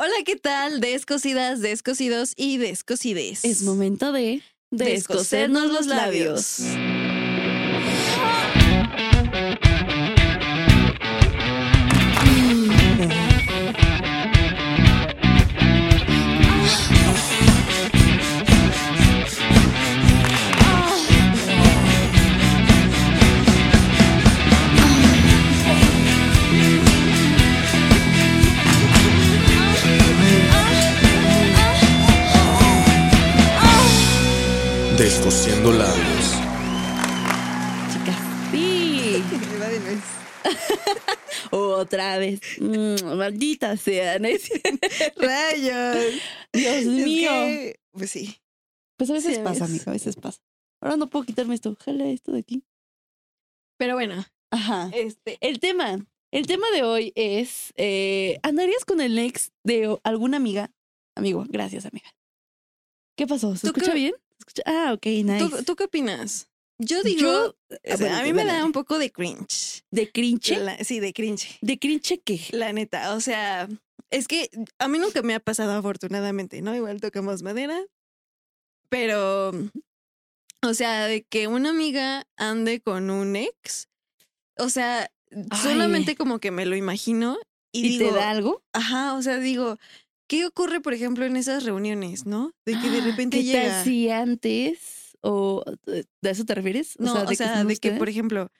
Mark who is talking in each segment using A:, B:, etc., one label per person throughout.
A: Hola, ¿qué tal? Descosidas, descosidos y descosides.
B: Es momento de descosernos los labios.
C: Descosiendo labios.
B: Chicas, sí. Otra vez. Mm, maldita sea. ¿no es cierto?
A: Rayos.
B: Dios
A: Es
B: mío.
A: que, pues sí.
B: Pues a veces
A: Sí, a
B: pasa,
A: veces.
B: amiga, a veces pasa. Ahora no puedo quitarme esto. Jala esto de aquí.
A: Pero bueno,
B: Ajá.
A: este.
B: El tema. El tema de hoy es, eh, ¿andarías con el ex de o- alguna amiga? Amigo, gracias, amiga. ¿Qué pasó? ¿Se
A: ¿Tú qué-
B: escucha bien? ¿Se escucha? Ah, ok, nice.
A: ¿Tú, tú qué opinas? Yo digo.
B: Yo- ah,
A: o sea,
B: bueno,
A: a mí me
B: dale,
A: da
B: dale.
A: un poco de cringe.
B: ¿De cringe?
A: La- sí, de cringe.
B: ¿De cringe qué?
A: La neta. O sea, es que a mí nunca me ha pasado, afortunadamente, ¿no? Igual tocamos madera. Pero. O sea, de que una amiga ande con un ex. O sea,
B: Ay.
A: solamente como que me lo imagino. Y,
B: ¿Y
A: digo,
B: te da algo?
A: Ajá, o sea, digo, ¿qué ocurre, por ejemplo, en esas reuniones, no? De que de repente
B: Ah, ¿Qué
A: llega.
B: tal si antes? ¿O eh, de eso te refieres?
A: No, o sea, de, que,
B: ustedes-
A: por ejemplo.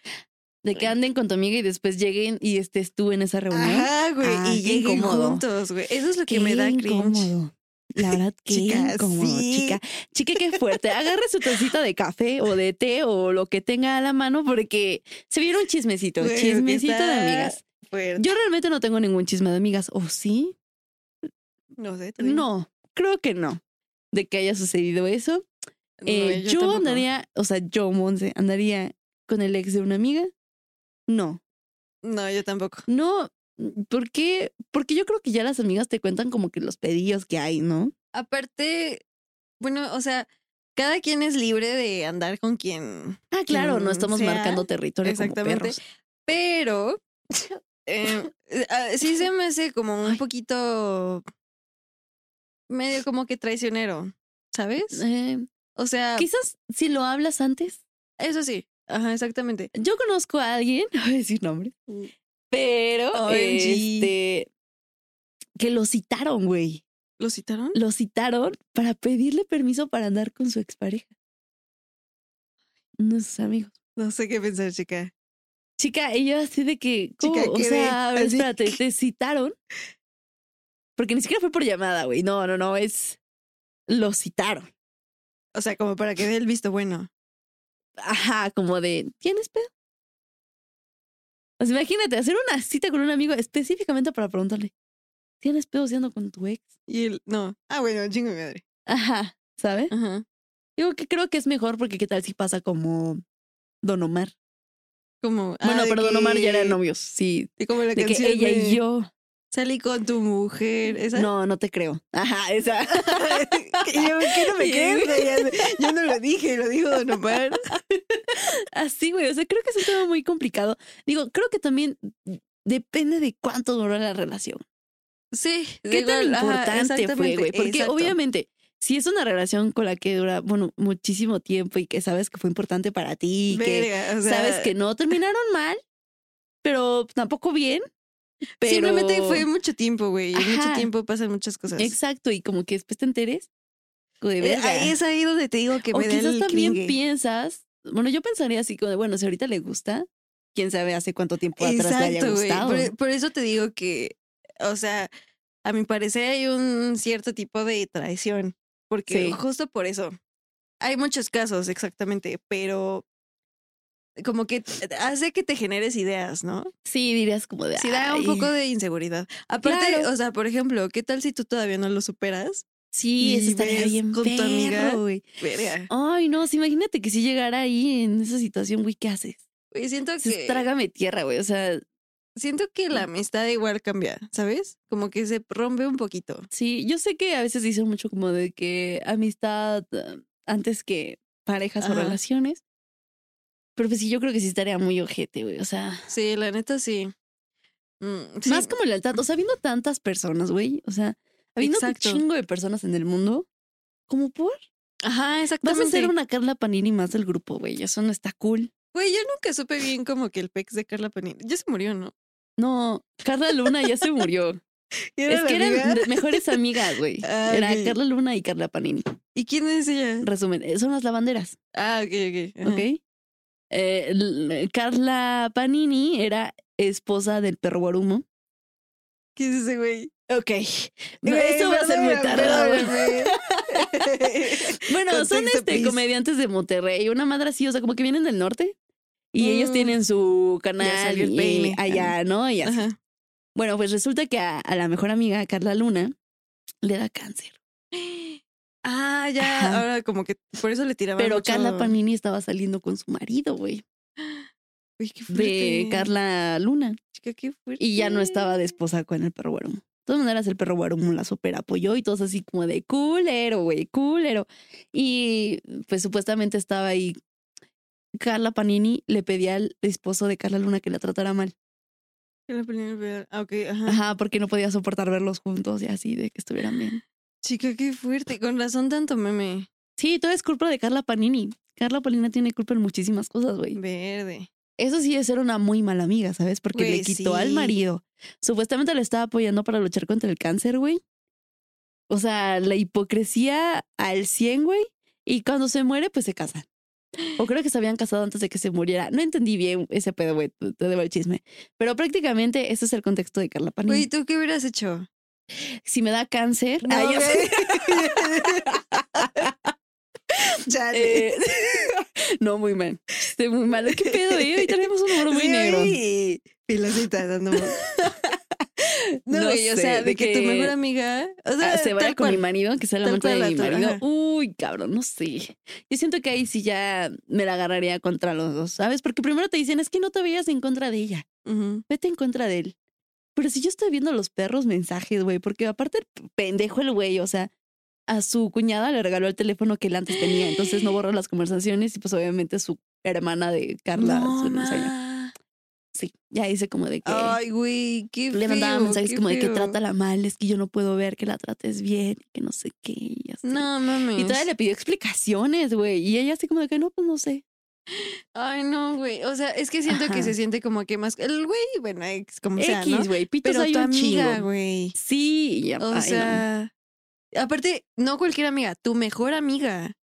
B: de que anden con tu amiga y después lleguen y estés tú en esa reunión.
A: Ajá, güey.
B: Ah,
A: y
B: qué
A: lleguen
B: incómodo.
A: juntos, güey. Eso es lo que
B: Qué
A: me da cringe.
B: incómodo. La verdad, qué
A: Chica,
B: incómodo,
A: sí.
B: chica. Chica, qué fuerte. Agarre su tacita de café o de té o lo que tenga a la mano porque se viene un chismecito,
A: Güey,
B: chismecito de
A: está
B: amigas.
A: Fuerte.
B: Yo realmente no tengo ningún chisme de amigas, ¿o sí?
A: no sé. tú dime.
B: No, creo que no. De que haya sucedido eso.
A: No,
B: Eh, yo
A: tampoco.
B: andaría, o sea, yo, Monse, andaría con el ex de una amiga. No.
A: No, yo tampoco.
B: No, mm, ¿por qué? Porque yo creo que ya las amigas te cuentan como que los pedidos que hay, ¿no?
A: Aparte, bueno, o sea, cada quien es libre de andar con quien.
B: Ah, claro, no
A: Mm,
B: estamos
A: sea,
B: marcando territorio
A: exactamente.
B: como perros.
A: Pero. eh, ah, sí se me hace como un poquito. medio como que traicionero, ¿sabes?
B: Eh,
A: O sea,
B: quizás si lo hablas antes.
A: eso sí. Ajá, exactamente.
B: Yo conozco a alguien, no voy a decir nombre, pero
A: OMG.
B: este que lo citaron, güey.
A: ¿Lo citaron?
B: Lo citaron para pedirle permiso para andar con su expareja. No sus amigos.
A: No sé qué pensar, chica.
B: Chica, ella así de que, ¿cómo?
A: Chica,
B: o
A: quedé
B: sea, a ver,
A: así.
B: espérate, te citaron. Porque ni siquiera fue por llamada, güey. No, no, no, es. Lo citaron.
A: O sea, como para que dé el visto bueno.
B: Ajá, como de, ¿tienes pedo? O sea, imagínate, hacer una cita con un amigo específicamente para preguntarle, ¿tienes pedo siendo con tu ex?
A: Y él, no. Ah, bueno, chingo mi madre.
B: Ajá, ¿sabes?
A: Ajá.
B: Digo que creo que es mejor porque qué tal si pasa como Don Omar.
A: Como. ah,
B: Bueno,
A: de
B: pero Don Omar ya eran
A: que-
B: novios, sí.
A: de Como la
B: De que
A: canción
B: ella
A: de,
B: y yo.
A: Salí con tu mujer. ¿Esa?
B: No, no te creo. Ajá, esa.
A: ¿Qué- yo, ¿Qué no me
B: Y
A: crees?
B: él-
A: güey? Ya- Yo no lo dije, lo dijo Don Omar.
B: Así, güey. O sea, creo que es un tema muy complicado. Digo, creo que también depende de cuánto duró la relación.
A: Sí.
B: Qué tan importante fue, güey. Porque obviamente, si es una relación con la que dura, bueno, muchísimo tiempo y que sabes que fue importante para ti y que sabes que no terminaron mal, pero tampoco bien. Pero...
A: Simplemente fue mucho tiempo, güey. En Mucho
B: Ajá.
A: tiempo pasan muchas cosas.
B: Exacto, y como que después te enteres. como de
A: Eh,
B: verga.
A: ahí es ahí donde te digo que
B: o
A: me da
B: quizás
A: el
B: también
A: cringe.
B: piensas, bueno, yo pensaría así como de, bueno, si ahorita le gusta, quién sabe hace cuánto tiempo atrás le haya
A: Exacto, güey.
B: gustado.
A: Por, por eso te digo que, o sea, a mi parecer hay un cierto tipo de traición. Porque
B: Sí.
A: justo por eso. Hay muchos casos, exactamente, pero como que hace que te generes ideas, ¿no?
B: Sí, dirías como de.
A: Sí da un
B: "Ay".
A: poco de inseguridad. Aparte,
B: Claro.
A: o sea, por ejemplo, ¿qué tal si tú todavía no lo superas?
B: Sí,
A: Y
B: eso estaría
A: ves
B: bien
A: con tu amiga.
B: perro, güey.
A: Verga.
B: Ay, no, sí, imagínate que si llegara ahí en esa situación, güey, ¿qué haces?
A: Güey, siento
B: Dices,
A: que
B: Trágame tierra, güey. O sea,
A: siento que la amistad igual cambia, ¿sabes? Como que se rompe un poquito.
B: sí, yo sé que a veces dicen mucho como de que amistad eh, antes que parejas o
A: Ajá.
B: relaciones. Pero pues sí, yo creo que sí estaría muy ojete, güey. O sea,
A: Sí, Mm, la neta sí. Mm, sí.
B: Más como lealtad. O sea, viendo tantas personas, güey. O sea, habiendo
A: Exacto.
B: un chingo de personas en el mundo, como por.
A: Ajá,
B: Vas a
A: exactamente.
B: ser una Carla Panini más del grupo, güey. Eso no está cool.
A: Güey, yo nunca supe bien como que el pex de Carla Panini. Ya se murió, ¿no?
B: No, Carla Luna ya se murió. es que eran de- mejores amigas, güey.
A: Ah,
B: Era
A: ok.
B: Carla Luna y Carla Panini.
A: ¿Y quién es ella?
B: Resumen, eh, son las lavanderas,
A: Ah, ok, ok. ajá.
B: ¿ok? Eh, l- Carla Panini era esposa del perro Guarumo.
A: ¿Quién es ese güey?
B: Ok.
A: Güey,
B: Esto va a ser muy
A: perdóname,
B: tarde. güey.
A: perdóname.
B: Bueno, son
A: Contexto,
B: este
A: please.
B: comediantes de Monterrey, una madre así, o sea, como que vienen del norte. Y ellos
A: Mm.
B: tienen su canal
A: salió el
B: y
A: peine.
B: allá, ¿no? Y así.
A: Ajá.
B: Bueno, pues resulta que a, a la mejor amiga, Carla Luna, le da cáncer.
A: Ah, ya,
B: Ajá.
A: ahora como que por eso le tiraban
B: Pero
A: Ah, mucho-
B: Carla Panini estaba saliendo con su marido, güey,
A: Uy, qué
B: de
A: fuerte.
B: Carla Luna.
A: Chica, qué fuerte.
B: Y ya no estaba de esposa con el perro Guarumo. De todas maneras, el perro Guarumo la super apoyó y todos así como de culero, güey, culero. Y pues supuestamente estaba ahí. Carla Panini le pedía al esposo de Carla Luna que la tratara mal.
A: Carla Panini, vea- Ah, ok, ajá.
B: Ajá, porque no podía soportar verlos juntos y así, de que estuvieran bien.
A: Chica, qué fuerte. Con razón tanto meme.
B: Sí, todo es culpa de Carla Panini. Carla Panini tiene culpa en muchísimas cosas, güey.
A: Verde.
B: Eso sí es ser una muy mala amiga, ¿sabes? Porque
A: Güey,
B: le quitó al
A: sí.
B: marido. Supuestamente le estaba apoyando para luchar contra el cáncer, güey. O sea, la hipocresía al 100, güey. Y cuando se muere, pues se casan. O creo que se habían casado antes de que se muriera. No entendí bien ese pedo, güey. Te te debo el chisme. Pero prácticamente ese es el contexto de Carla Panini.
A: Güey, ¿tú qué hubieras hecho? Ah,
B: si me da cáncer... Ay, Ah, ya sé.
A: Chale.
B: Eh, no, muy mal. Estoy muy mal. ¿Qué pedo, eh? Hoy tenemos un humor muy
A: Sí,
B: negro.
A: güey. Filosita dando. No,
B: No
A: güey, o
B: sé,
A: sea, de
B: de
A: que, tu
B: que-
A: mejor amiga. O sea,
B: Ah, se vaya
A: tal
B: con mi
A: cual.
B: marido, que sea la
A: Tal
B: amante de
A: cual,
B: mi
A: tal,
B: marido.
A: ajá.
B: Uy, cabrón, no sé. Yo siento que ahí sí ya me la agarraría contra los dos, ¿sabes? Porque primero te dicen, es que no te veías en contra de ella,
A: Ujú.
B: vete en contra de él. Pero si yo estoy viendo los perros mensajes, güey, porque aparte el pendejo el güey, o sea, a su cuñada le regaló el teléfono que él antes tenía, entonces no borró las conversaciones y pues obviamente su hermana de Carla
A: No,
B: se lo
A: ma.
B: enseñó. Sí, ya hice como de que...
A: Ay, güey, qué feo.
B: le mandaba mensajes
A: qué
B: como de que
A: feo.
B: trátala mal, es que yo no puedo ver que la trates bien, que no sé qué. Y, así.
A: No, mames.
B: y todavía le pidió explicaciones, güey. Y ella así como de que no, pues no sé.
A: Ay, no, güey. O sea, es que siento que
B: Ajá.
A: se siente como que más. El güey, bueno, ex, como sea, ¿no?
B: X, güey. Pitos
A: Pero
B: hay
A: tu
B: un
A: amiga,
B: chingo.
A: güey.
B: Sí, y,
A: O
B: ay, no.
A: sea. Aparte, no cualquier amiga, tu mejor amiga.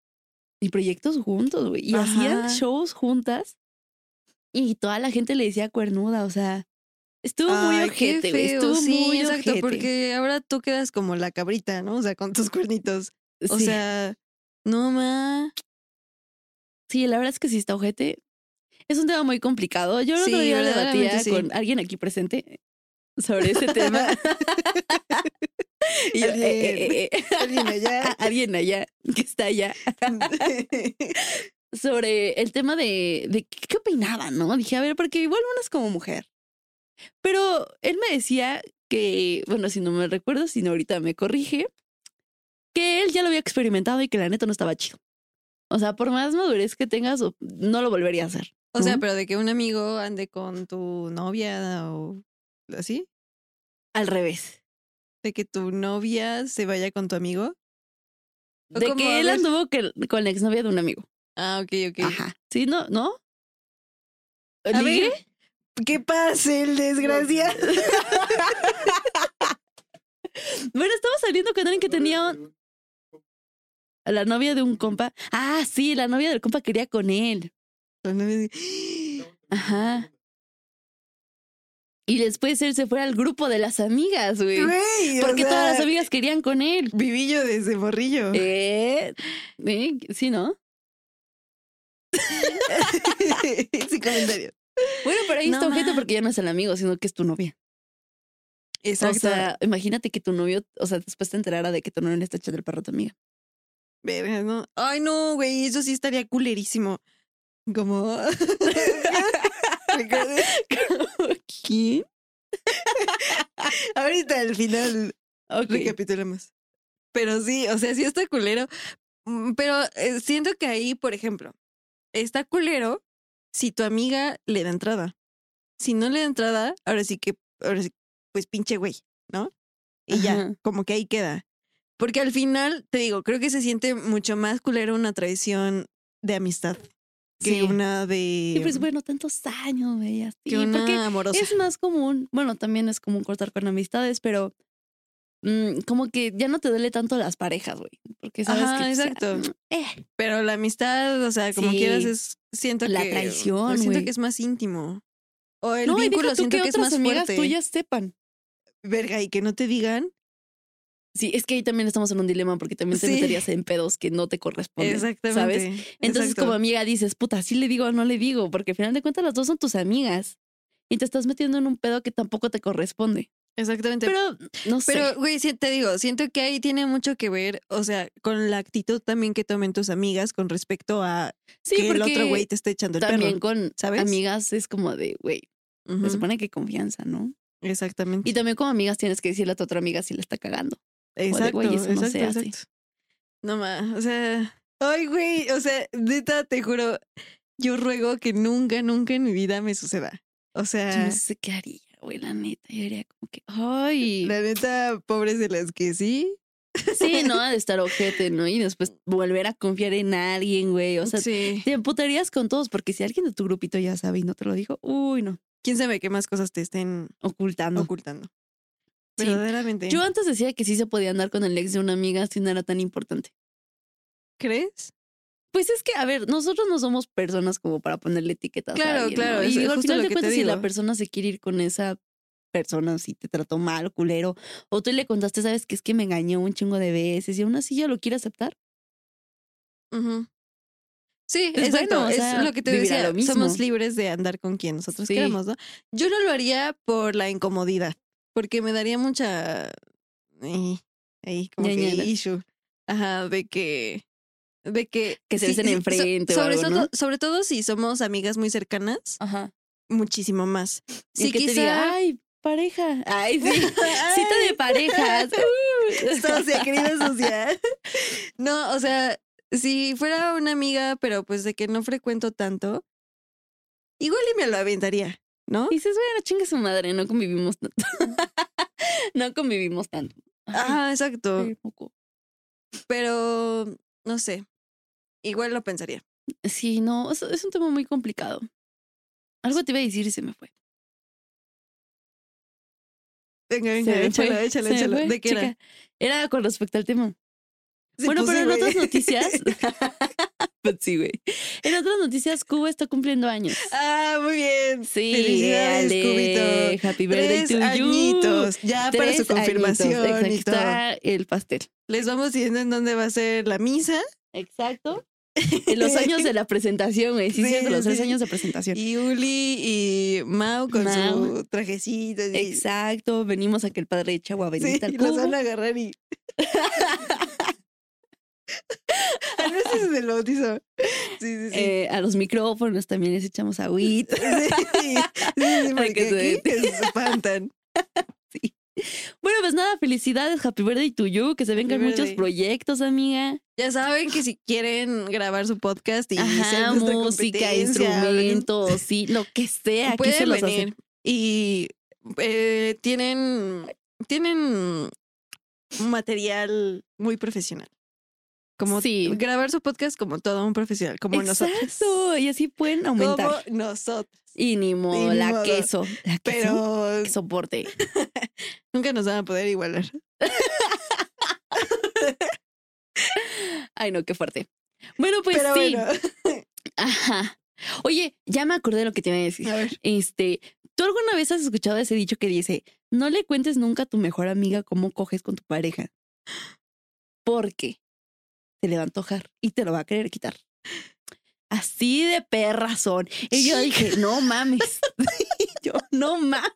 B: y proyectos juntos, güey. Y
A: Ajá.
B: hacían shows juntas. Y toda la gente le decía cuernuda, o sea, estuvo muy
A: Ay, qué
B: ojete, güey.
A: feo,
B: Estuvo
A: sí,
B: muy
A: exacto,
B: ojete.
A: porque ahora tú quedas como la cabrita, ¿no? O sea, con tus cuernitos. O
B: Sí.
A: sea, no ma.
B: Sí, la verdad es que sí está ojete. Es un tema muy complicado. Yo lo
A: Sí,
B: otro día debatía
A: verdaderamente sí.
B: con alguien aquí presente sobre ese tema. Y yo, eh, eh, eh, eh,
A: Alguien allá.
B: alguien allá que está allá sobre el tema de, de qué, qué opinaba, ¿no? Dije, a ver, porque igual uno es como mujer. Pero él me decía que, bueno, si no me recuerdo, si no ahorita me corrige, que él ya lo había experimentado y que la neta no estaba chido. O sea, por más madurez que tengas, o- no lo volvería a hacer.
A: o sea,
B: ¿no?
A: pero de que un amigo ande con tu novia o así.
B: al revés.
A: De que tu novia se vaya con tu amigo. ¿O
B: De
A: cómo?
B: que
A: A
B: él
A: ver.
B: anduvo que- con la exnovia de un amigo.
A: Ah, ok, ok.
B: Ajá. Sí, no, ¿no?
A: A
B: ¿Ligue?
A: ver, ¿Qué pasa, el desgraciado?
B: Bueno, estaba saliendo con alguien que tenía un- la novia de un compa. Ah, sí, la novia del compa quería con él. Ajá. Y después él se fue al grupo de las amigas, güey.
A: Güey, o
B: Porque todas las
A: sea,
B: amigas querían con él.
A: Viví yo desde morrillo.
B: Eh, eh, sí, ¿no?
A: Sin comentario.
B: Bueno, pero ahí
A: No
B: está objeto
A: ma.
B: porque ya no es el amigo, sino que es tu novia.
A: Exacto.
B: O sea, imagínate que tu novio, o sea, después te enterara de que tu novio le está echando el perro a tu amiga.
A: Verga, ¿no? Ay, no, güey, eso sí estaría culerísimo. Como.
B: ¿Quién?
A: Ahorita al final
B: Ok.
A: recapitulemos. Pero sí, o sea, sí está culero. Mm, Pero eh, siento que ahí, por ejemplo, está culero si tu amiga le da entrada. Si no le da entrada, ahora sí que, ahora sí, pues pinche güey, ¿no? y ya, como que ahí queda. Porque al final, te digo, creo que se siente mucho más culero una traición de amistad que
B: Sí.
A: una de.
B: Y pues bueno, tantos años, güey, así.
A: que una
B: porque
A: amorosa.
B: es más común, bueno, también es común cortar con amistades, pero mm, como que ya no te duele tanto las parejas, güey. Porque sabes
A: Ajá,
B: que. pues,
A: exacto.
B: ah, eh,
A: Pero la amistad, o sea, como
B: Sí.
A: quieras, es. Siento
B: La
A: que.
B: traición,
A: Siento
B: güey.
A: que es más íntimo. O el
B: no, y
A: vínculo
B: deja tú
A: siento
B: que,
A: que, es
B: otras
A: más
B: amigas
A: fuerte.
B: tuyas sepan.
A: Verga, y que no te digan.
B: Sí, es que ahí también estamos en un dilema porque también te
A: Sí.
B: meterías en pedos que no te corresponden.
A: Exactamente.
B: ¿Sabes? Entonces,
A: exacto.
B: como amiga, dices, puta, sí le digo o no le digo, porque al final de cuentas las dos son tus amigas. Y te estás metiendo en un pedo que tampoco te corresponde.
A: Exactamente. Pero,
B: Pero, no sé.
A: güey, sí, te digo, siento que ahí tiene mucho que ver, o sea, con la actitud también que tomen tus amigas con respecto a
B: sí,
A: que el
B: porque
A: otro güey te esté echando el
B: también
A: perro.
B: con
A: ¿sabes?
B: amigas es como de, güey,
A: Ujú,
B: se supone que confianza, ¿no?
A: Exactamente.
B: Y también como amigas tienes que decirle a tu otra amiga si la está cagando.
A: Exacto,
B: güey, eso no
A: exacto,
B: se hace.
A: exacto. No más, o sea, ay, güey, o sea, neta, te juro, yo ruego que nunca, nunca en mi vida me suceda. O
B: Yo
A: sea,
B: no sé qué haría, güey, la neta. Yo diría como que, ay.
A: la neta, pobres de las que sí.
B: Sí, no, ha de estar ojete, ¿no? Y después volver a confiar en alguien, güey. O sea,
A: sí.
B: te emputarías con todos, porque si alguien de tu grupito ya sabe y no te lo dijo, uy, no,
A: ¿Quién sabe qué más cosas te estén
B: ocultando.
A: ocultando?
B: Sí.
A: Verdaderamente.
B: Yo antes decía que sí se podía andar con el ex de una amiga si no era tan importante.
A: ¿Crees?
B: Pues es que, a ver, nosotros no somos personas como para ponerle etiquetas. a
A: Claro,
B: alguien,
A: claro,
B: ¿no? Y
A: es
B: digo, al
A: justo
B: final
A: lo
B: de
A: que te
B: cuentas, si la
A: digo.
B: persona se quiere ir con esa persona, si te trató mal, culero, o tú le contaste, sabes que es que me engañó un chingo de veces y aún así ya lo quiere aceptar.
A: Ujú. Sí,
B: Pues
A: exacto.
B: bueno, o sea,
A: es lo que te
B: vivirá
A: decía.
B: lo mismo.
A: Somos libres de andar con quien nosotros
B: Sí.
A: queramos, ¿no? Yo no lo haría por la incomodidad, porque me daría mucha. eh, ahí, como
B: Ñañara.
A: que issue. Ajá, de que. De que.
B: Que se
A: sí,
B: besen
A: sí,
B: enfrente o
A: so- sobre,
B: algo,
A: todo,
B: ¿no?
A: sobre todo si somos amigas muy cercanas,
B: Ajá.
A: muchísimo más.
B: Sí,
A: Sí,
B: que
A: quizá.
B: te diga, ay, pareja. Ay, sí. Cita
A: Ay,
B: de parejas.
A: Socia, querida socia. No, o sea, si fuera una amiga, pero pues de que no frecuento tanto, igual y me lo aventaría, ¿no?
B: Y dices, bueno, chinga su madre, no convivimos tanto. no convivimos tanto.
A: Ajá, exacto.
B: Ay, poco.
A: Pero, no sé, igual lo pensaría.
B: Sí, no, es, es un tema muy complicado. Algo te iba a decir y se me fue.
A: Venga,
B: Se
A: venga,
B: me
A: échalo,
B: fue,
A: échalo,
B: se me
A: échalo.
B: fue,
A: ¿De qué era?
B: chica. Era con respecto al tema.
A: Sí,
B: bueno,
A: pues
B: pero
A: sí,
B: en
A: güey.
B: otras noticias. Pues sí, güey. En otras noticias, Cuba está cumpliendo años.
A: Ah, muy bien.
B: Sí,
A: Felicidades,
B: Ale. Happy birthday
A: Tres
B: to you.
A: añitos, ya para su
B: Tres
A: confirmación
B: añitos.
A: y todo.
B: Está el pastel.
A: Les vamos diciendo en dónde va a ser la misa
B: Exacto. En los años de la presentación, güey. Sí,
A: Sí,
B: cierto, los tres
A: sí.
B: años de presentación.
A: Y Uli y Mau con
B: Mau.
A: su trajecito. así.
B: Exacto. Venimos a que el padre de Chagua
A: Sí,
B: bendita al
A: y los van
B: Cuba.
A: a agarrar y. A veces es el bautizo. Sí, sí, sí.
B: Eh, a los micrófonos también les echamos agüita.
A: Sí, sí, sí,
B: que
A: porque
B: se
A: aquí se espantan.
B: Bueno, pues nada, felicidades, Happy Birthday to you, que se vengan
A: Happy
B: muchos
A: birthday.
B: proyectos, amiga.
A: Ya saben que si quieren grabar su podcast y
B: Ajá,
A: hacer nuestra
B: música,
A: competencia,
B: instrumentos, sí, lo que sea, aquí
A: pueden
B: se los
A: venir.
B: hacen.
A: Y eh, tienen, tienen un material muy profesional. Como
B: Sí.
A: grabar su podcast como todo un profesional, como nosotros.
B: Exacto, y así pueden aumentar.
A: Como nosotros.
B: Y ni modo,
A: Ni
B: la
A: modo.
B: queso, la queso,
A: Pero
B: que soporte.
A: nunca nos van a poder igualar.
B: Ay, no, qué fuerte. Bueno, pues
A: Pero
B: sí.
A: bueno,
B: Ajá. Oye, ya me acordé de lo que te iba a decir.
A: a ver.
B: Este, ¿tú alguna vez has escuchado ese dicho que dice, no le cuentes nunca a tu mejor amiga cómo coges con tu pareja? Porque te le va a antojar y te lo va a querer quitar. Así de perra son. Y yo dije, no mames. yo, no mames.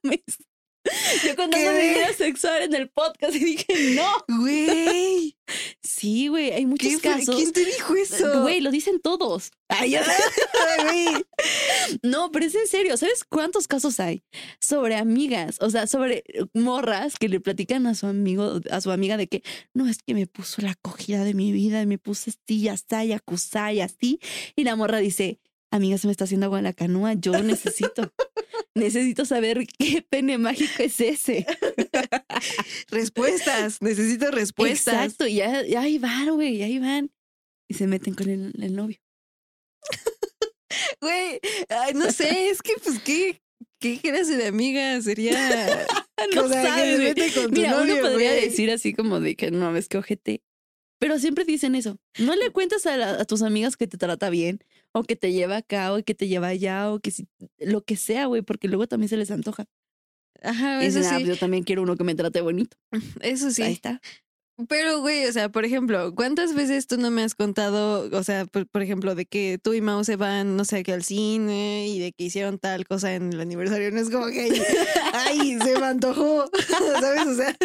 B: Yo contando mi
A: Quedé-
B: vida sexual en el podcast y dije, no.
A: Güey,
B: Sí, güey, hay muchos
A: ¿qué fue?
B: casos.
A: ¿quién te dijo eso?
B: Güey, lo dicen todos. Ay, ya sé.
A: Güey.
B: No, pero es en serio. ¿Sabes cuántos casos hay sobre amigas? O sea, sobre eh, morras que le platican a su amigo, a su amiga de que no es que me este puso la cogida de mi vida y me puse así, ya está, y acusá, y así. Y la morra dice, amiga, se me está haciendo agua en la canoa, yo necesito, necesito saber qué pene mágico es ese.
A: respuestas, necesito respuestas.
B: Exacto, y ya, ya ahí van, güey, ahí van. Y se meten con el, el novio.
A: Güey, ay, no sé, es que pues qué, qué clase de amiga sería.
B: Ah, no o sea, sabes, vete con tu Mira, novio, uno podría wey. decir así como de que no, es que ojete. Pero siempre dicen eso. No le cuentas a, la, a, tus amigas que te trata bien, o que te lleva acá, o que te lleva allá, o que si, lo que sea, güey, porque luego también se les antoja.
A: Ajá, eso Dicen,
B: sí. Ah, yo también quiero uno que me trate bonito.
A: Eso sí.
B: Ahí está.
A: Pero, güey, o sea, por ejemplo, ¿cuántas veces tú no me has contado, o sea, por, por ejemplo, de que tú y Mao se van, no sé, que al cine y de que hicieron tal cosa en el aniversario? No es como que, ay, ay se me antojó, ¿sabes? O sea,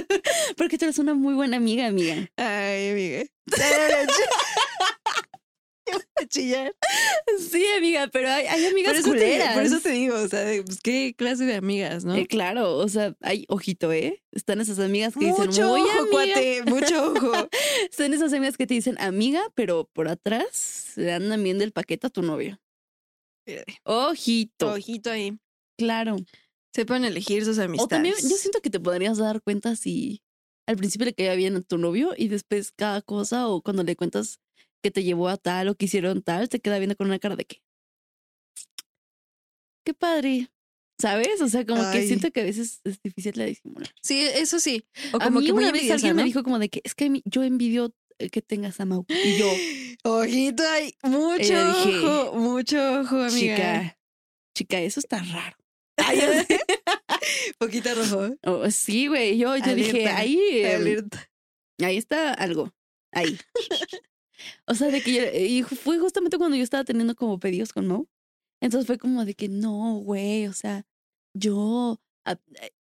B: porque tú eres una muy buena amiga, amiga.
A: Ay, amiga. chillar.
B: Sí, amiga, pero hay, hay amigas por culeras.
A: Te, por eso te digo, o sea, de, pues, qué clase de amigas, ¿no?
B: Eh, claro, o sea, hay ojito, ¿eh? Están esas amigas que mucho dicen,
A: ojo,
B: amiga.
A: cuate, mucho ojo.
B: Son esas amigas que te dicen, amiga, pero por atrás se andan bien del paquete a tu novio.
A: Eh,
B: ojito.
A: Ojito ahí.
B: Claro.
A: Sepan elegir sus amistades. O
B: también, yo siento que te podrías dar cuenta si al principio le caía bien a tu novio y después cada cosa o cuando le cuentas que te llevó a tal o que hicieron tal, te queda viendo con una cara de que. Qué padre. ¿Sabes? O sea, como Ay. que siento que a veces es difícil la disimular.
A: Sí, eso sí.
B: O como a mí que una muy vez envidiosa, alguien ¿no? me dijo como de que es que yo envidio eh, que tengas a Mau. Y yo.
A: Ojito, hay mucho dije, ojo, mucho ojo, amiga.
B: Eh, Chica, chica, eso está raro.
A: Ay, Poquito rojo.
B: Oh, sí, güey. Yo, yo alerta, dije, ahí. Eh, ahí está algo. Ahí. O sea, de que yo, y fue justamente cuando yo estaba teniendo como pedidos con Mo. Entonces fue como de que no, güey, o sea, yo eh,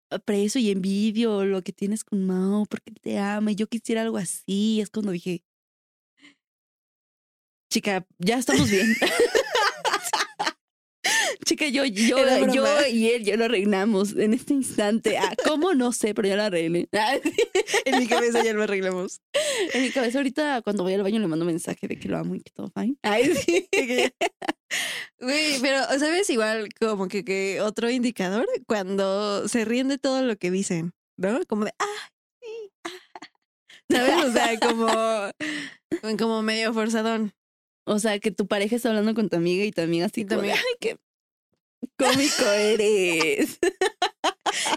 B: aprecio y envidio lo que tienes con Mao porque te ama y yo quisiera algo así. Es cuando dije, chica, ya estamos bien. chica, yo, yo, yo y él ya lo arreglamos en este instante. Ah, ¿Cómo? No sé, pero ya lo arreglé.
A: en mi cabeza ya lo arreglamos.
B: En mi cabeza ahorita cuando voy al baño le mando mensaje de que lo amo y que todo fine.
A: Ay, sí. Güey, pero ¿sabes igual como que, que, otro indicador? Cuando se ríen de todo lo que dicen, ¿no? Como de, ah, sí, ah. ¿Sabes? O sea, como, como medio forzadón.
B: O sea, que tu pareja está hablando con tu amiga y tu amiga así tu amiga. De, ay, qué cómico eres.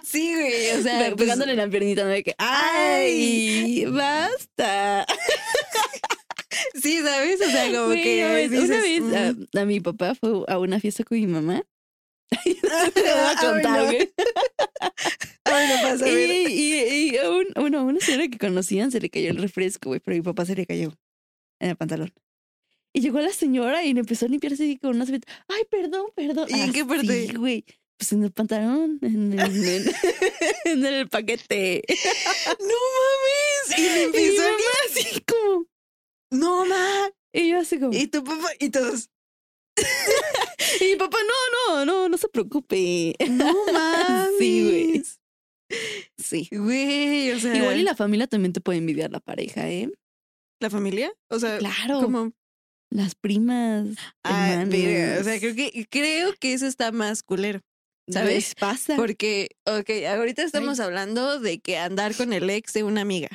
A: Sí, güey, o sea,
B: Pero pegándole pues, la piernita, no de que, ay, basta.
A: Sí, ¿sabes? O sea, como güey, que
B: ves, dices, una vez mm. a, a, mi papá fue a una fiesta con mi mamá. ah, Te voy a contar, güey.
A: Ay, no
B: y, y, y a, un, bueno, a una señora que conocían se le cayó el refresco, güey, pero a mi papá se le cayó en el pantalón. Y llegó la señora y le empezó a limpiarse y con una servilleta. Ay, perdón, perdón.
A: ¿Y en
B: ah,
A: qué parte?
B: Sí, güey. Pues en el pantalón, en el, en, en el paquete.
A: ¡No mames! Y le empezó y
B: a limpiar así como.
A: ¡No mames!
B: Y yo así como.
A: Y tu papá, y todos.
B: y mi papá, no, no, no, no se preocupe.
A: No mames.
B: Sí, güey. Sí.
A: Güey, o sea.
B: Igual y la familia también te puede envidiar la pareja, ¿eh?
A: ¿La familia? O sea,
B: claro.
A: Como
B: las primas.
A: Ah, mira, o sea, creo que, creo que eso está más culero. ¿Sabes?
B: Les pasa.
A: Porque, ok, ahorita estamos Ay. hablando de que andar con el ex de una amiga.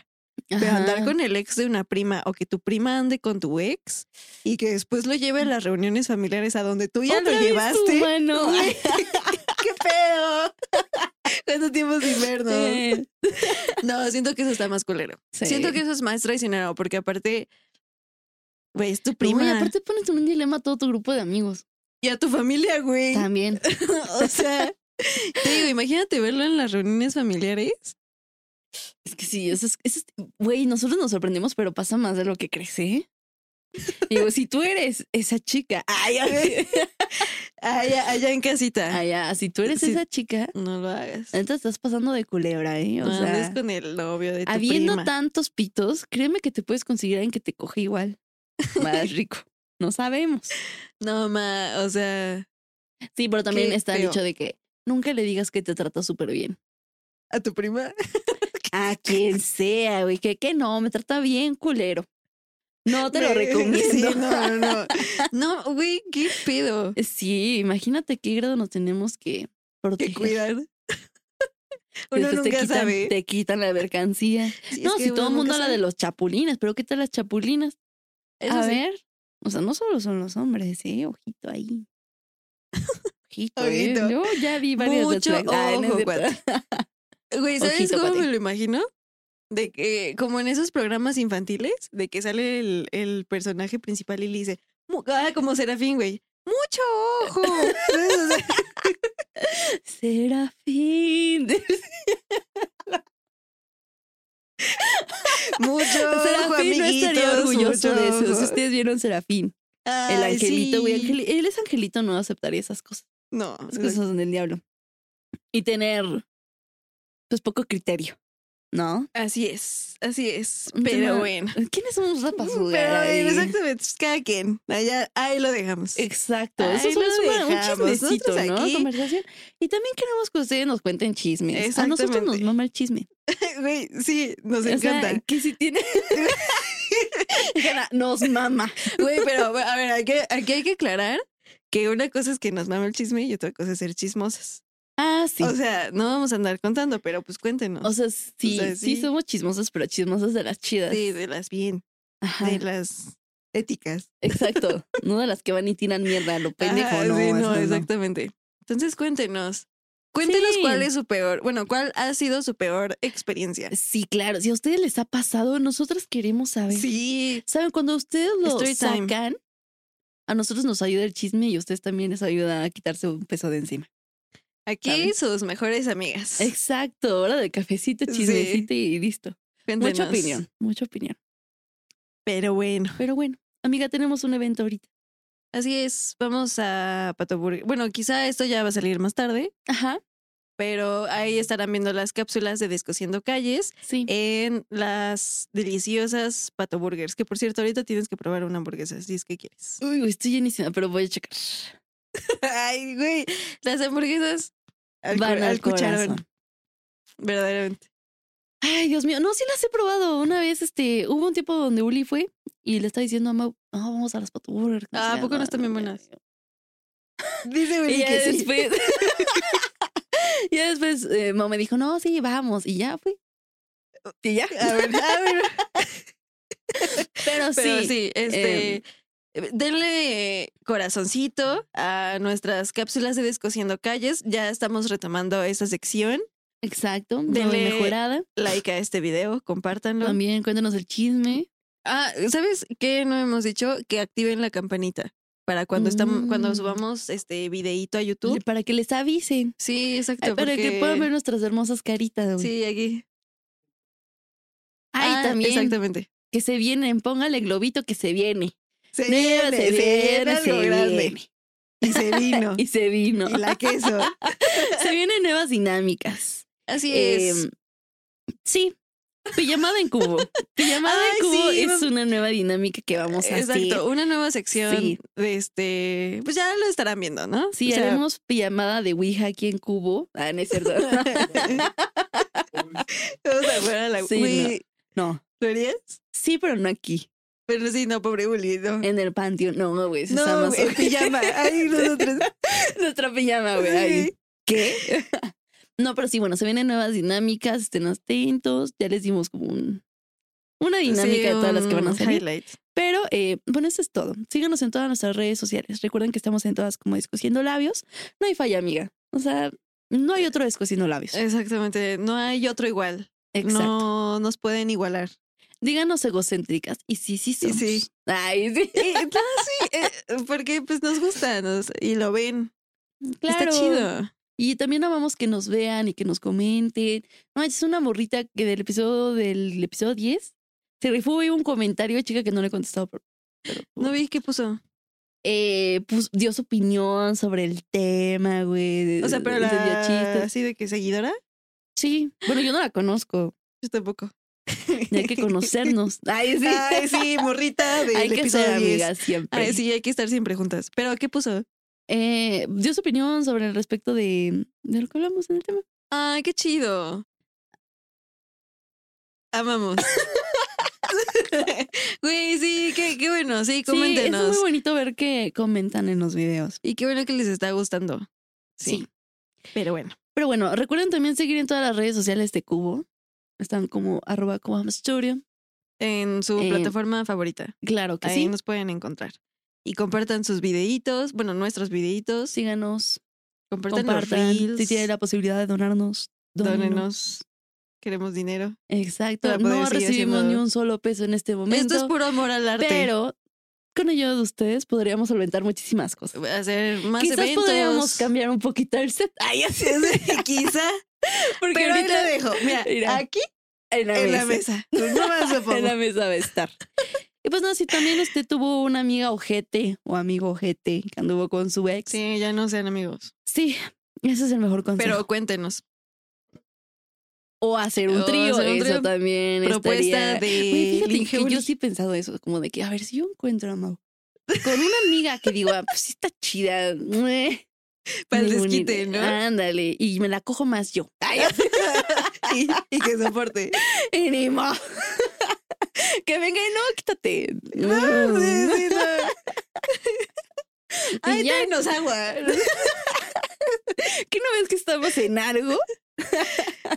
A: Ajá. Pero andar con el ex de una prima o que tu prima ande con tu ex y que después lo lleve a las reuniones familiares a donde tú ya lo llevaste.
B: Mano?
A: ¡Qué pedo! ¿Cuánto tiempo sin vernos? Sí. No, siento que eso está más culero. Sí. Siento que eso es más traicionero porque aparte Güey, es tu prima.
B: Güey, aparte pones en un dilema a todo tu grupo de amigos.
A: Y a tu familia, güey.
B: También.
A: o sea, te digo, imagínate verlo en las reuniones familiares.
B: Es que sí, eso es, eso es, güey, nosotros nos sorprendemos, pero pasa más de lo que crees, ¿eh? Digo, si tú eres esa chica, ay, ay,
A: allá, allá en casita.
B: Allá, Ah, si tú eres si esa chica,
A: no lo hagas.
B: Entonces estás pasando de culebra, ¿eh? O
A: no
B: sea,
A: andes con el novio de tu
B: Habiendo
A: prima.
B: tantos pitos, créeme que te puedes conseguir alguien que te coge igual más rico. No sabemos.
A: No, ma, o sea.
B: Sí, pero también está el dicho de que nunca le digas que te trata súper bien.
A: ¿A tu prima?
B: A quien sea, güey, que, que no, me trata bien, culero. No te lo recomiendo.
A: Sí, no, no, no. No, güey, qué pedo.
B: Sí, imagínate qué grado nos tenemos que
A: Que
B: proteger.
A: cuidar. Uno
B: Después te
A: nunca
B: quitan,
A: sabe.
B: Te quitan la mercancía.
A: Sí, es
B: no,
A: que
B: si
A: uno
B: todo el
A: nunca
B: mundo habla
A: sabe.
B: de los chapulinas, pero ¿qué tal las chapulinas?
A: Eso
B: a
A: sí.
B: ver, o sea, no solo son los hombres, ¿eh? Ojito ahí. Ojito,
A: Ojito.
B: ¿eh? Yo ya vi varios
A: Mucho ojo, cuate. Güey, ¿sabes
B: Ojito,
A: cómo
B: cuate.
A: me lo imagino? De que, como en esos programas infantiles, de que sale el, el personaje principal y le dice, "Mu- ah, como Serafín, güey, mucho ojo. ¿Sabes? O sea,
B: Será fin.
A: mucho ojo,
B: Serafín no estaría
A: amiguitos,
B: orgulloso
A: mucho
B: de eso.
A: ojo".
B: Si ustedes vieron Serafín, el
A: Ay,
B: angelito, güey.
A: sí.
B: angeli- él es angelito, no aceptaría esas cosas.
A: No,
B: Las cosas son del diablo. Y tener, pues, poco criterio, ¿no?
A: así es, así es.
B: Un
A: Pero
B: tema
A: bueno.
B: ¿Quiénes somos para juzgar
A: Pero
B: ahí?
A: eh, exactamente, pues, cada quien. Allá, ahí lo dejamos.
B: Exacto,
A: Ahí
B: eso es
A: lo
B: una- un
A: dejamos.
B: chismecito,
A: Nosotros
B: ¿no?
A: aquí-
B: Conversación. Y también queremos que ustedes nos cuenten chismes. A nosotros nos
A: Exactamente.
B: mama el chisme.
A: Güey, sí, nos
B: O sea,
A: encanta.
B: que si tiene. Dijera, nos mama.
A: Güey, pero a ver, aquí, aquí hay que aclarar que una cosa es que nos mama el chisme y otra cosa es ser chismosas.
B: Ah, sí.
A: O sea, no vamos a andar contando, pero pues cuéntenos.
B: O sea, sí,
A: o sea,
B: sí,
A: sí.
B: somos chismosas, pero chismosas de las chidas.
A: sí, de las bien,
B: Ajá,
A: de las éticas.
B: Exacto. No de las que van y tiran mierda a lo pendejo,
A: Ajá,
B: no,
A: sí,
B: eso no.
A: exactamente. Entonces cuéntenos. Cuéntenos
B: Sí.
A: cuál es su peor, bueno, cuál ha sido su peor experiencia.
B: Sí, claro. Si a ustedes les ha pasado, nosotras queremos saber.
A: Sí,
B: ¿Saben? Cuando ustedes lo
A: Story time.
B: sacan, a nosotros nos ayuda el chisme y a ustedes también les ayuda a quitarse un peso de encima.
A: aquí
B: ¿Saben?
A: sus mejores amigas.
B: Exacto, hora de cafecito,
A: Sí.
B: chismecito y listo.
A: Cuéntenos.
B: Mucha opinión, mucha opinión.
A: Pero bueno,
B: Pero bueno, amiga, tenemos un evento ahorita.
A: así es. Vamos a Patoburger. Bueno, quizá esto ya va a salir más tarde.
B: Ajá,
A: pero ahí estarán viendo las cápsulas de Descosiendo Calles
B: sí.
A: en las deliciosas Pato Burgers, que por cierto, ahorita tienes que probar una hamburguesa si es que quieres.
B: Uy, güey, estoy llenísima, pero voy a checar.
A: Ay, güey, las hamburguesas al, cu-
B: Van
A: al
B: al
A: cucharón,
B: corazón.
A: verdaderamente.
B: Ay, Dios mío. No, sí las he probado. Una vez, este, hubo un tiempo donde Uli fue y le estaba diciendo a Mau, "Ah, vamos a las patoburger.
A: Ah, ¿a poco no están bien buenas? Dice
B: Y
A: Willy
B: ya
A: Este que sí.
B: después, ya después eh, Mau me dijo, no, sí, vamos. Y ya fui. Y ya.
A: A ver, a ver,
B: Pero,
A: pero sí,
B: sí.
A: este...
B: em.
A: Denle corazoncito a nuestras cápsulas de Descosiendo Calles. Ya estamos retomando esa sección.
B: Exacto. De
A: Dele-
B: mejorada.
A: Like a este video, compártanlo.
B: También cuéntanos el chisme.
A: Ah, ¿sabes qué no hemos dicho? Que activen la campanita para cuando estamos,
B: Mm.
A: cuando subamos este videíto a
B: Y
A: YouTube.
B: eh, Para que les avisen.
A: Sí, exacto.
B: Ay, para que
A: porque-
B: puedan ver nuestras hermosas caritas. güey.
A: Sí, aquí.
B: Ay,
A: Ah,
B: también.
A: Exactamente.
B: Que se vienen. Póngale globito que se viene.
A: Se
B: Viene,
A: viene, se viene
B: se
A: algo grande.
B: viene.
A: Y se vino.
B: Y se vino.
A: y la queso.
B: Se vienen nuevas dinámicas.
A: Así es.
B: Em, sí. Pijamada en cubo. Pijamada
A: Ay,
B: en cubo
A: sí,
B: es una nueva dinámica que vamos a hacer.
A: Exacto, una nueva sección
B: Sí.
A: de este, pues ya lo estarán viendo, ¿no?
B: Sí,
A: O sea,
B: haremos pijamada de Ouija aquí en cubo. Ah, no es cierto.
A: vamos a jugar a la
B: Sí,
A: Uy,
B: no. no.
A: ¿lo harías?
B: Sí, pero no aquí.
A: Pero sí, no, pobre Willy, no.
B: En el panteón. No, güey. eso está
A: No,
B: más
A: en pijama. Ay, nosotros.
B: Nuestra pijama, güey. ahí.
A: Sí.
B: ¿Qué? no, pero sí, bueno, se vienen nuevas dinámicas, estén atentos. Ya les dimos como un, una dinámica
A: Sí,
B: de todas las que van a
A: un
B: salir.
A: highlight.
B: Pero eh, bueno, eso es todo. Síganos en todas nuestras redes sociales. Recuerden que estamos en todas como Descosiendo Labios. No hay falla, amiga. O sea, no hay otro Descosiendo Labios.
A: Exactamente, no hay otro igual.
B: Exacto.
A: Eh, No nos pueden igualar.
B: Díganos egocéntricas. Y sí, sí,
A: Sí, Eh,
B: somos.
A: sí.
B: Ay, sí.
A: Y, no, sí, eh, porque pues nos gusta nos- y lo ven.
B: Claro.
A: Está chido.
B: Y también amamos que nos vean y que nos comenten. No, es una morrita que del episodio del episodio 10 se rifó güey, un comentario, chica, que no le he contestado. pero- pero-
A: No vi qué puso.
B: eh, pues, dio su opinión sobre el tema, güey.
A: O sea, pero
B: se dio
A: la,
B: Eh, chistes.
A: así de que seguidora,
B: Sí. Bueno, yo no la conozco.
A: yo tampoco.
B: Hay que conocernos. Ay, sí.
A: Ay, sí, morrita del
B: Hay que
A: episodio
B: ser
A: 10.
B: amigas siempre.
A: Ay, sí, hay que estar siempre juntas. Pero ¿qué puso?
B: Eh, dio su opinión sobre el respecto de, de lo que hablamos en el tema.
A: Ay, qué chido. Amamos. Güey, sí, qué Coméntenos, sí, coméntenos.
B: Sí, es muy bonito ver que comentan en los videos.
A: Y qué bueno que les está gustando. Sí. sí. Pero bueno.
B: Pero bueno, recuerden también seguir en todas las redes sociales de Cubo. Están como arroba Cubam Studio.
A: En su eh, plataforma favorita.
B: Claro que
A: Ahí
B: sí.
A: nos pueden encontrar. Y compartan sus videitos, bueno, nuestros videitos.
B: Síganos.
A: Compartan, compartan los reels.
B: Si tienen la posibilidad de donarnos,
A: dónenos. dónenos. Queremos dinero.
B: Exacto. No recibimos haciendo... ni un solo peso en este momento.
A: Esto es puro amor al arte.
B: Pero con ayuda de ustedes podríamos solventar muchísimas cosas.
A: Hacer más
B: Quizás
A: eventos.
B: podríamos cambiar un poquito el set. Ay, así
A: es. Quizá. Porque Pero ahorita ahí lo dejo. Mira, Mira,
B: aquí en la
A: en La
B: mesa.
A: mesa. No más
B: en la mesa va a estar. Y pues no, si también usted tuvo una amiga ojete o amigo ojete que anduvo con su ex.
A: Sí, ya no sean amigos.
B: Sí, ese es el mejor consejo.
A: Pero cuéntenos.
B: O hacer un trío,
A: hacer un
B: eso
A: trío.
B: también
A: Propuesta
B: estaría-
A: de
B: Oye, fíjate
A: Lin
B: que
A: Heuni.
B: yo sí he pensado eso, como de que, a ver, si yo encuentro a Mau con una amiga que digo, ah, pues sí está chida. eh,
A: Para el
B: me uniré.
A: desquite, ¿no?
B: Ándale, y me la cojo más yo. Ay,
A: y, y que soporte.
B: y ni modo. que venga y no, quítate. Mm.
A: No, Ah, sí, sí, no. Ay,
B: ya.
A: tráenos agua.
B: ¿Qué no ves que estamos en algo?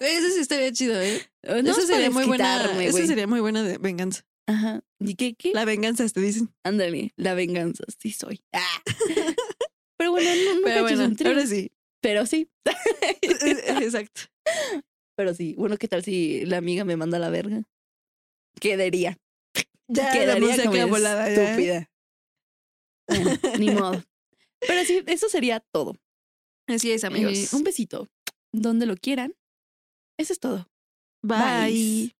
A: Eso sí estaría chido, ¿eh?
B: No,
A: eso
B: es
A: sería
B: para
A: muy buena.
B: desquitarme,
A: Eso
B: güey.
A: sería muy buena de venganza.
B: Ajá. ¿Y qué, qué?
A: La venganza, te dicen.
B: Ándale, la venganza, sí soy. Ah. Pero bueno, no, no
A: Pero
B: caches
A: bueno,
B: un trío.
A: ahora sí.
B: Pero sí,
A: Exacto.
B: pero sí. Bueno, ¿qué tal si la amiga me manda a la verga? Quedaría.
A: Ya la
B: Quedaría
A: música
B: como
A: volada, ya.
B: estúpida. Bueno, ni modo. Pero sí, eso sería todo.
A: Así es, amigos.
B: Eh, un besito. Donde lo quieran. Eso es todo.
A: Bye.
B: Bye.